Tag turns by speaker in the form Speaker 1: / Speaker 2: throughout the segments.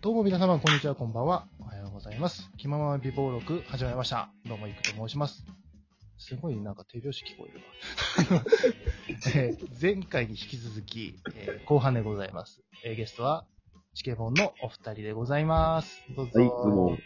Speaker 1: どうも皆様、こんにちは、こんばんは。おはようございます。気まま美貌録、始まりました。どうも、いくと申します。すごい、なんか手拍子聞こ えるわ。えー前回に引き続き、えー後半でございます。えーゲストは、チケボンのお二人でございます。どうぞ。
Speaker 2: はい、どうも。
Speaker 1: よ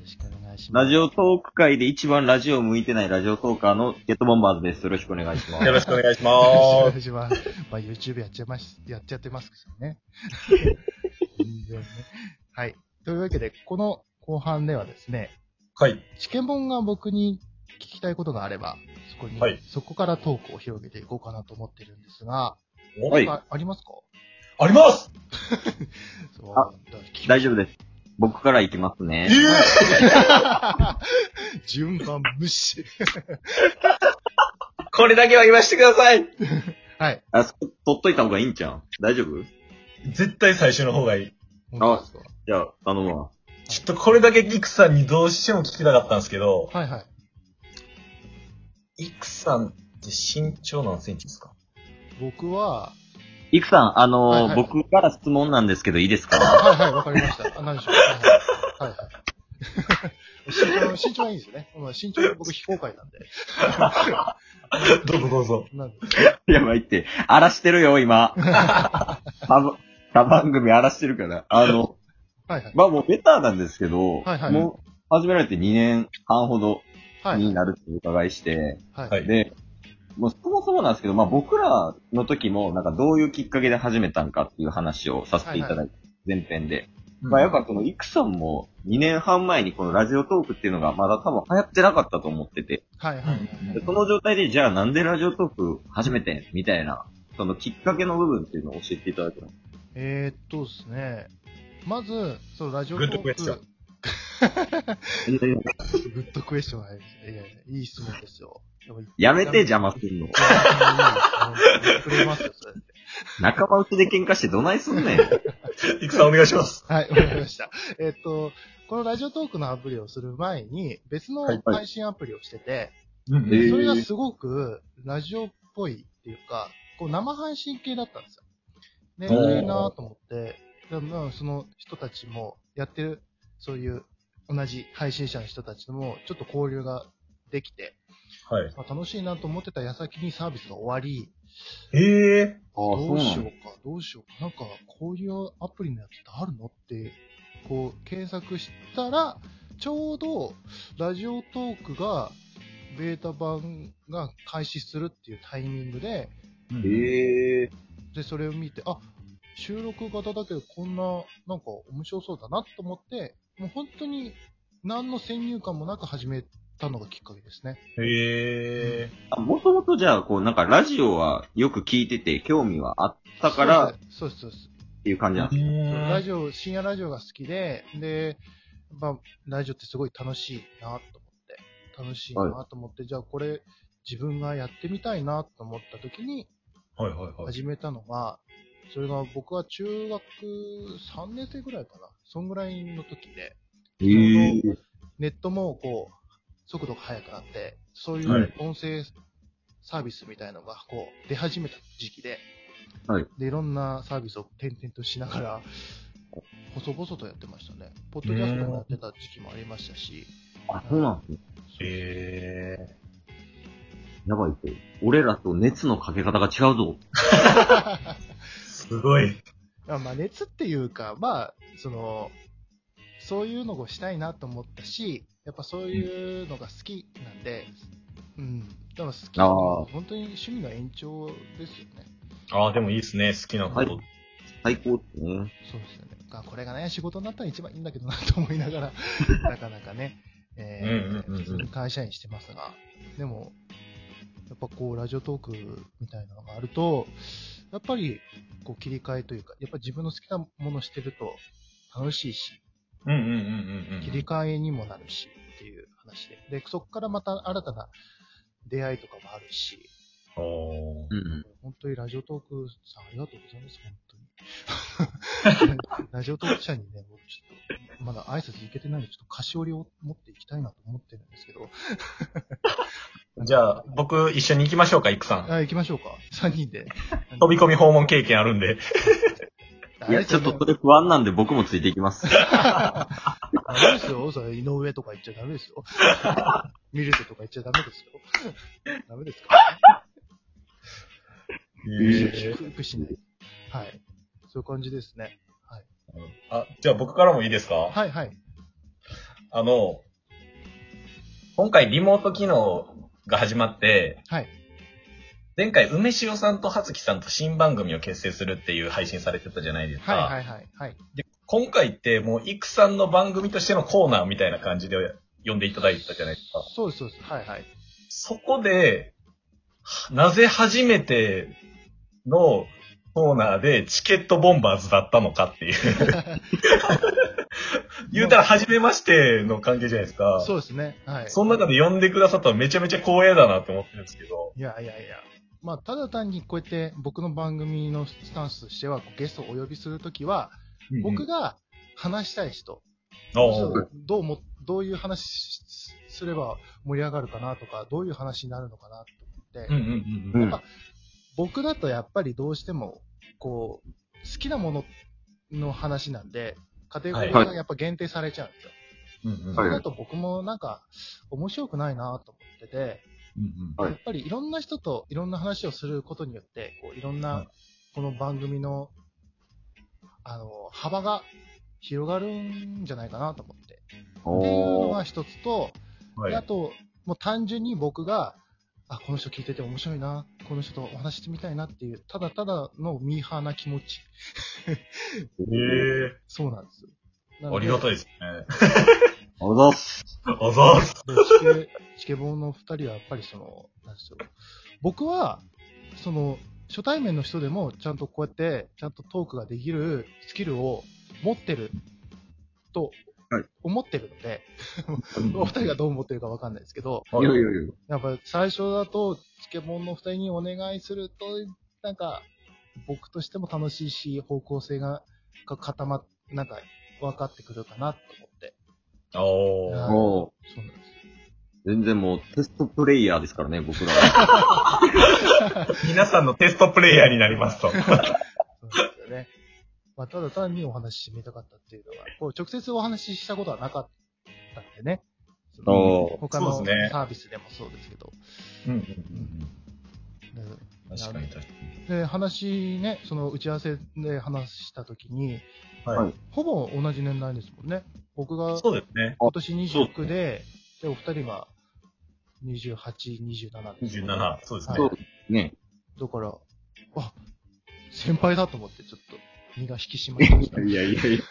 Speaker 1: ろしくお願いします。
Speaker 2: ラジオトーク界で一番ラジオ向いてないラジオトーカーのゲットボンバーズです。よろしくお願いします。
Speaker 3: よろしくお願いしま
Speaker 1: よろしくお
Speaker 3: す。
Speaker 1: 願いします。まあ、YouTube やっちゃいます、やっちゃってますから ね。全然ね。はい。というわけで、この後半ではですね、
Speaker 3: はい。
Speaker 1: 試験本が僕に聞きたいことがあれば、そこに、
Speaker 3: はい
Speaker 1: そこからトークを広げていこうかなと思ってるんですが、
Speaker 2: は
Speaker 3: はい
Speaker 1: なんかありますか
Speaker 3: あります
Speaker 1: そう
Speaker 2: あ
Speaker 1: だ
Speaker 2: 大丈夫です。僕から行きますね。
Speaker 1: 聞 順番無視。
Speaker 3: これだけは言わしてください
Speaker 1: はい。
Speaker 2: あ、そこ取っといた方がいいんちゃう大丈夫
Speaker 3: 絶対最初の方がいい。
Speaker 1: 本当です
Speaker 2: じゃあ、頼むわ。
Speaker 3: ちょっとこれだけイクさんにどうしても聞きたかったんですけど、
Speaker 1: かはいはい。
Speaker 3: イクさんって身長何センチですか
Speaker 1: 僕は、
Speaker 2: いくさん、あのー
Speaker 1: はいはい
Speaker 2: 僕から質問なんですけどいいですか
Speaker 1: はいはい、わかりました。あ、何でしょう。はいはい。はいはい身長、身長はいいんですよね。まあ身長僕非公開なん で。
Speaker 3: どうぞどうぞ。
Speaker 1: なんで
Speaker 2: やばいって。荒らしてる よ、今。他番他番組荒らしてるから。あの、
Speaker 1: はいはい。
Speaker 2: まあもうベターなんですけど、
Speaker 1: はいはい
Speaker 2: もう始められて2年半ほど
Speaker 1: はい
Speaker 2: になるってお伺いして、
Speaker 1: はい。
Speaker 3: はい
Speaker 2: で、もうそもそもなんですけど、まあ僕らの時も、なんかどういうきっかけで始めたんかっていう話をさせていただいて、前編で。まあやっぱその、イクさんも2年半前にこのラジオトークっていうのがまだ多分流行ってなかったと思ってて、
Speaker 1: はいはい。
Speaker 2: でその状態でじゃあなんでラジオトーク始めてんみたいな、そのきっかけの部分っていうのを教えていただけます
Speaker 1: えー、っとですね。まず、そのラジオ
Speaker 3: グ
Speaker 1: ト
Speaker 3: ッドクエ
Speaker 1: ー
Speaker 3: スチョ
Speaker 1: ク
Speaker 3: ン。
Speaker 1: グッドクエスチョンはいですねいやいやいい質問ですよ。でも
Speaker 2: やめて邪魔すんの。
Speaker 1: いやいいですくれます よ、それ。
Speaker 2: 仲間内で喧嘩してどないすんねん。
Speaker 3: イクさんお願いします。
Speaker 1: はい、わかりました。えっと、このラジオトークのアプリをする前に、別の
Speaker 2: はいはい
Speaker 1: 配信アプリをしてて、
Speaker 3: うん
Speaker 2: えー
Speaker 1: それがすごくラジオっぽいっていうか、こう生配信系だったんですよ。ね、
Speaker 3: おー
Speaker 1: いいなと思って、でまあその人たちもやってる、そういう同じ配信者の人たちともちょっと交流ができて、
Speaker 3: はい。
Speaker 1: まあ、楽しいなと思ってた矢先にサービスが終わり、
Speaker 3: ええ
Speaker 2: ああ
Speaker 1: どうしよう
Speaker 2: の
Speaker 1: か、どうしようか、なんかこういうアプリのやつってあるのって、こう検索したら、ちょうどラジオトークが、ベータ版が開始するっていうタイミングで、
Speaker 2: ええ
Speaker 1: で、それを見て、あ、収録型だけどこんな、なんか面白そうだなと思って、もう本当に何の先入観もなく始めたのがきっかけですね。
Speaker 3: ええ
Speaker 2: もともとじゃあ、こう、なんかラジオはよく聞いてて、興味はあったからっ
Speaker 1: そうです、そうです。
Speaker 2: ていう感じなんです
Speaker 1: ラジオ、深夜ラジオが好きで、で、まあ、ラジオってすごい楽しいなと思って、楽しいなと思って、じゃあこれ、自分がやってみたいなと思った時に
Speaker 3: はいはいはい。
Speaker 1: 始めたのが、それが僕は中学3年生ぐらいかな。そんぐらいの時で、
Speaker 2: え
Speaker 1: え
Speaker 2: え
Speaker 1: ネットもこう、速度が速くなって、そうい
Speaker 3: は
Speaker 1: う
Speaker 3: い
Speaker 1: 音声サービスみたいのがこう、出始めた時期で、
Speaker 2: はい
Speaker 1: で、いろんなサービスを転々としながら、細々とやってましたね。ポッドキャストもやってた時期もありましたし、
Speaker 2: あ、そうなんですね。
Speaker 3: ええ
Speaker 2: やばいって。俺らと熱のかけ方が違うぞ。
Speaker 3: すごい。
Speaker 1: あまあ、熱っていうか、まあ、その、そういうのをしたいなと思ったし、やっぱそういうのが好きなんで、うん、だから好き、
Speaker 2: あー
Speaker 1: 本当に趣味の延長ですよね。
Speaker 3: ああ、でもいいですね。好きなこと。
Speaker 2: 最高ですね。
Speaker 1: そうですよね。あこれがね、仕事になったら一番いいんだけどなと思いな がら、なかなかね、えー
Speaker 3: うんうんうんう
Speaker 1: 普
Speaker 3: ん
Speaker 1: 通に会社員してますが、でも、やっぱこう、ラジオトークみたいなのがあると、やっぱりこう切り替えというか、やっぱ自分の好きなものしてると楽しいし、
Speaker 3: うんうんうんうんうん。
Speaker 1: 切り替えにもなるしっていう話で、で、そこからまた新たな出会いとかもあるし、
Speaker 3: おー
Speaker 2: うん。
Speaker 1: 本当にラジオトークさんありがとうございます、本当 に。ラジオトーク社にね、僕ちょっと、まだ挨拶行けてないんで、ちょっと菓子折りを持っていきたいなと思ってるんですけど。
Speaker 3: じゃあ、僕一緒に行きましょうか、イクさん。
Speaker 1: あ、行きましょうか。3人で。
Speaker 3: 飛び込み訪問経験あるんで。
Speaker 2: いや、ちょっとそれ不安なんで僕もついていきます。
Speaker 1: ダメですよ。それ、井上とか言っちゃダメです よ。ミルトとか言っちゃダメですよ。ダメですか
Speaker 3: ええ
Speaker 1: 低くしない。はい。そういう感じですね。
Speaker 3: あ、じゃあ僕からもいいですか
Speaker 1: はいはい。
Speaker 3: あの、今回リモート機能が始まって、
Speaker 1: はい。
Speaker 3: 前回梅塩さんと葉月さんと新番組を結成するっていう配信されてたじゃないですか。
Speaker 1: はいはいはい。はい。
Speaker 3: 今回ってもうイクさんの番組としてのコーナーみたいな感じで呼んでいただいたじゃないですか。
Speaker 1: そうですそうです。はいはい。
Speaker 3: そこで、なぜ初めてのコーナーでチケットボンバーズだったのかっていう。言うたら初めましての関係じゃないですか。
Speaker 1: そうですね。はい。
Speaker 3: その中で呼んでくださったのめちゃめちゃ光栄だなって思ってるんですけど。
Speaker 1: いやいやいや。まあ、ただ単にこうやって僕の番組のスタンスとしては、こうゲストをお呼びするときは、僕が話したい人、
Speaker 3: の、
Speaker 1: そうどうも、どういう話しすれば盛り上がるかなとか、どういう話になるのかなと思って、
Speaker 3: うんうん
Speaker 2: う
Speaker 3: うん。
Speaker 2: ん。
Speaker 1: 僕だとやっぱりどうしても、こう、好きなものの話なんで、カテゴリー
Speaker 2: はい
Speaker 1: がやっぱ限定されちゃうんですよ。
Speaker 3: うんう
Speaker 2: はい
Speaker 3: ん
Speaker 1: それだと僕もなんか、面白くないなと思ってて、
Speaker 3: うん
Speaker 2: はい
Speaker 1: やっぱりいろんな人といろんな話をすることによって、こういろんな、この番組の、あの、幅が広がるんじゃないかなと思って。っていうの
Speaker 2: お
Speaker 1: が
Speaker 2: ー。
Speaker 1: 一つと、
Speaker 3: うん。は
Speaker 1: であ
Speaker 3: い。
Speaker 1: と、もう単純に僕が、あ、この人聞いてて面白いな、この人とお話ししてみたいなっていう、ただただのミーハーな気持ち。
Speaker 3: え
Speaker 1: そうなんですよ。な
Speaker 3: え。
Speaker 1: の
Speaker 3: あ
Speaker 1: で
Speaker 3: りがたいですね。
Speaker 2: ありがとうございます。
Speaker 3: あざーす。
Speaker 1: でチケ、 チケボンの二人はやっぱりその、なんでしょう。僕は、その、初対面の人でもちゃんとこうやって、ちゃんとトークができるスキルを持ってると
Speaker 2: はい
Speaker 1: 思ってるので、お二人がどう思ってるかわかんないですけど、
Speaker 2: いやいやいや。
Speaker 1: やっぱ最初だと、チケボンの二人にお願いすると、なんか、僕としても楽しいし、方向性がが固まっ、なんか、分かってくるかなと思って。
Speaker 3: おー。
Speaker 2: おー。
Speaker 1: そうなんです。
Speaker 2: 全然もうテストプレイヤーですからね、僕ら は。
Speaker 3: 皆さんのテストプレイヤーになりますと。
Speaker 1: そうなんですよね。まあ、ただ単にお話ししてみたかったっていうのは、こう直接お話ししたことはなかったんでね。その
Speaker 2: おー
Speaker 1: 他のサ
Speaker 3: そうですね
Speaker 1: ービスでもそうですけど。
Speaker 3: うんうん
Speaker 1: で
Speaker 3: 確かに確か
Speaker 1: で、話ね、その打ち合わせで話したときに、
Speaker 3: に。
Speaker 2: は
Speaker 3: はいい。
Speaker 1: ほぼ同じ年代ですもんね。僕が
Speaker 3: そうですね。
Speaker 1: 今年29
Speaker 2: そう
Speaker 1: で、で、お二人が28、27ですよね。
Speaker 3: 27。そうですね。
Speaker 1: は
Speaker 2: そうね。
Speaker 1: だから、あ、先輩だと思って、ちょっと身が引き締まりました。
Speaker 2: いやいやいや。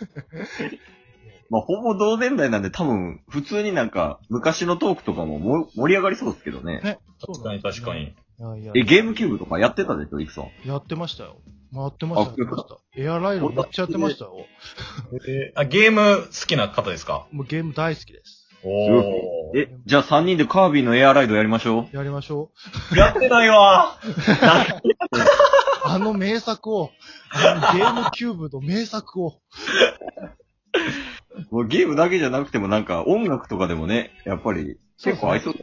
Speaker 2: まあ、ほぼ同年代なんで多分、普通になんか、昔のトークとかもも盛り上がりそうですけどね。
Speaker 1: ね、
Speaker 3: 確かに確
Speaker 1: そう
Speaker 3: かに。
Speaker 1: なんですね。いやい
Speaker 2: え、
Speaker 1: や、
Speaker 2: ゲームキューブとかやってたでしょ、いくさん。
Speaker 1: やってましたよ。回ってました、や
Speaker 2: あ
Speaker 1: ってました。エアライロンめっちゃやってましたよ。
Speaker 3: えーあ、ゲーム好きな方ですか
Speaker 1: もうゲーム大好きです。
Speaker 3: おー。
Speaker 2: え、じゃあ3人でカービィのエアライドやりましょ
Speaker 1: やりましょう。
Speaker 3: やってないわ
Speaker 1: あの名作を、あのゲームキューブの名作を。
Speaker 2: う。もうゲームだけじゃなくてもなんか、音楽とかでもね、やっぱり、結構合いそう。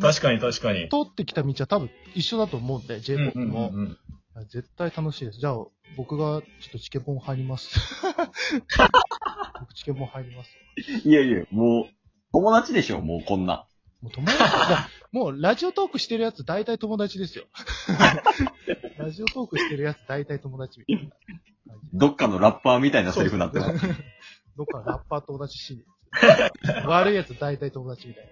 Speaker 3: 確かに確かに。
Speaker 1: 通ってきた道は多分一緒だと思うんで、J-POP も。
Speaker 3: うん。
Speaker 1: 絶対楽しいです。じゃあ、僕がちょっとチケポン入り ます。僕チケポン入ります。
Speaker 2: いやいや、もう、友達でしょ、もうこんな。
Speaker 1: もう友達、いやもうラジオトークしてるやつ大体友達 ですよ。ラジオトークしてるやつ大体友達みたいな感じ。
Speaker 2: どっかのラッパーみたいなセリフになってます。
Speaker 1: どっかラッパーと同じ シーン。悪いやつ大体友達みたい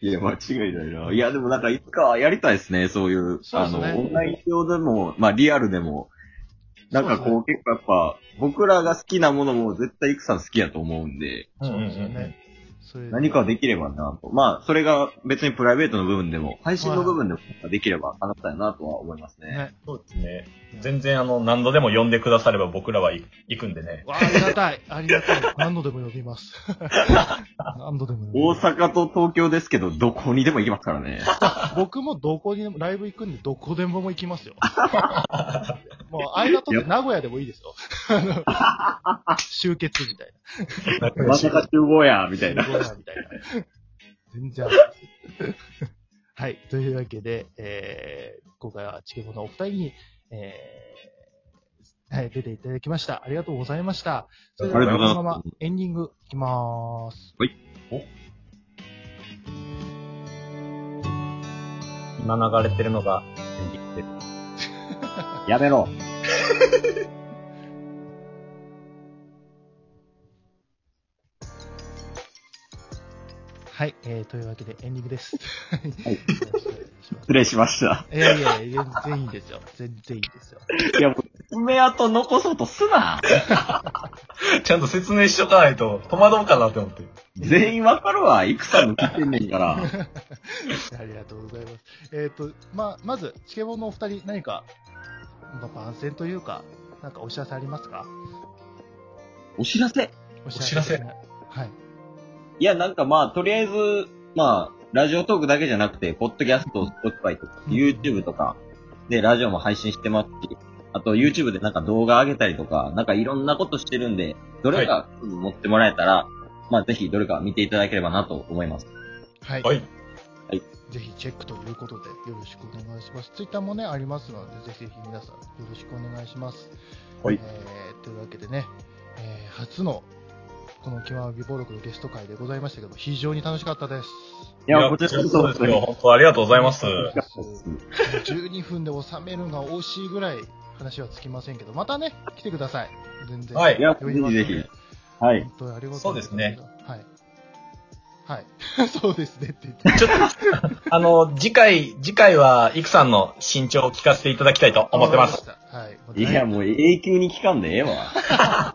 Speaker 2: いや、間違いないな。いや、でもなんか、いつかはやりたいですね、そういう。
Speaker 1: そうで
Speaker 2: あ
Speaker 1: す
Speaker 2: の
Speaker 1: ね、
Speaker 2: オンライン上でも、まあ、リアルでも。
Speaker 1: な。
Speaker 2: なんかこう、
Speaker 1: う、
Speaker 2: 結構やっぱ、僕らが好きなものも絶対いくさん好きやと思うんで、
Speaker 1: そうですよね。それ
Speaker 2: 何かできればなと。まあ、それが別にプライベートの部分でも、配信の部分でもなんかできれば叶ったやなとは思いますね。
Speaker 1: ね。
Speaker 3: そうですね。全然あの、何度でも呼んでくだされば僕らは行くんでね。
Speaker 1: わあ、ありがたい。ありがたい。何度でも呼び ます。何度でも呼び
Speaker 2: 大
Speaker 1: ます。
Speaker 2: 阪と東京ですけど、どこにでも行きますから ね。
Speaker 1: 僕もどこにでも、ライブ行くんで、どこでも行きますよ。もう、間取って名古屋でもいいですよ。あの集結みたいな。
Speaker 2: まさか集合や、みたいな。
Speaker 1: すごいなみたいな。全然あるん です。はい。というわけで、えー、今回はチケボのお二人に、えはい、出ていただきました。ありがとうございました。それで
Speaker 3: あり
Speaker 1: は、
Speaker 3: が
Speaker 1: こと
Speaker 3: うご
Speaker 1: の
Speaker 2: ざいます
Speaker 1: ままエンディングいきまーす。
Speaker 3: 今流れてるのが、
Speaker 2: やめろ。
Speaker 1: はい、えー、というわけでエンディングです。はい。よろしくお願いします
Speaker 2: 失礼しました。
Speaker 1: いやいやいや、全然いいですよ。全然いいですよ。
Speaker 2: いや、もう、爪痕残そうとすな。
Speaker 3: ちゃんと説明しとかないと戸惑うかなって思って。
Speaker 2: 全員わかるわ。戦も来てんねんから。
Speaker 1: ありがとうございます。えっ、と、まあ、まず、チケボンのお二人、何か、まあ、番宣というか、なんかお知らせありますか
Speaker 2: お知らせ。
Speaker 1: お
Speaker 3: 知らせ
Speaker 1: 的なはい。
Speaker 2: いや、なんかまあ、とりあえず、まあ、ラジオトークだけじゃなくて、ポッドキャスト、Spotify とか、
Speaker 1: うん
Speaker 2: YouTube とか、で、ラジオも配信してますし、あと YouTube でなんか動画上げたりとか、なんかいろんなことしてるんで、どれか持ってもらえたら、まあぜひどれか見ていただければなと思います。
Speaker 1: はい。
Speaker 3: はい。
Speaker 1: ぜひチェックということで、よろしくお願いします。ツイッターもね、ありますので、ぜひぜひ皆さん、よろしくお願いします。
Speaker 2: はい
Speaker 1: えーというわけでね、えー初の、この極み暴力のゲスト会でございましたけど、非常に楽しかったです。
Speaker 2: いや、こちらこそ
Speaker 3: そう
Speaker 2: 本
Speaker 3: です
Speaker 2: 当に
Speaker 3: よ。。本当ありがとうございます。
Speaker 1: ありがとうございます12分で収めるのが惜しいぐらい話はつきませんけど、 またね、来てください。全然。
Speaker 3: はい
Speaker 2: いや、
Speaker 1: 呼
Speaker 2: ぜ
Speaker 1: びます
Speaker 2: ひ
Speaker 1: ので
Speaker 2: ぜひ。はい。
Speaker 1: 本当にありがとう
Speaker 3: そうですね。
Speaker 1: はい。はい。 そうですねって言って。
Speaker 3: ちょっと、あの、次回、次回は、いくさんの身長を聞かせていただきたいと思ってます。。
Speaker 1: はい。
Speaker 2: いや、もう永久に聞かんでええわ。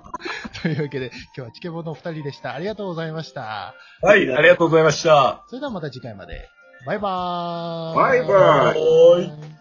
Speaker 1: というわけで、今日はチケボのお二人でした。ありがとうございました。
Speaker 3: はい、ありがとうございました。
Speaker 1: それではまた次回まで。バイバーイ。
Speaker 2: バイバ
Speaker 3: ーイ
Speaker 1: イ。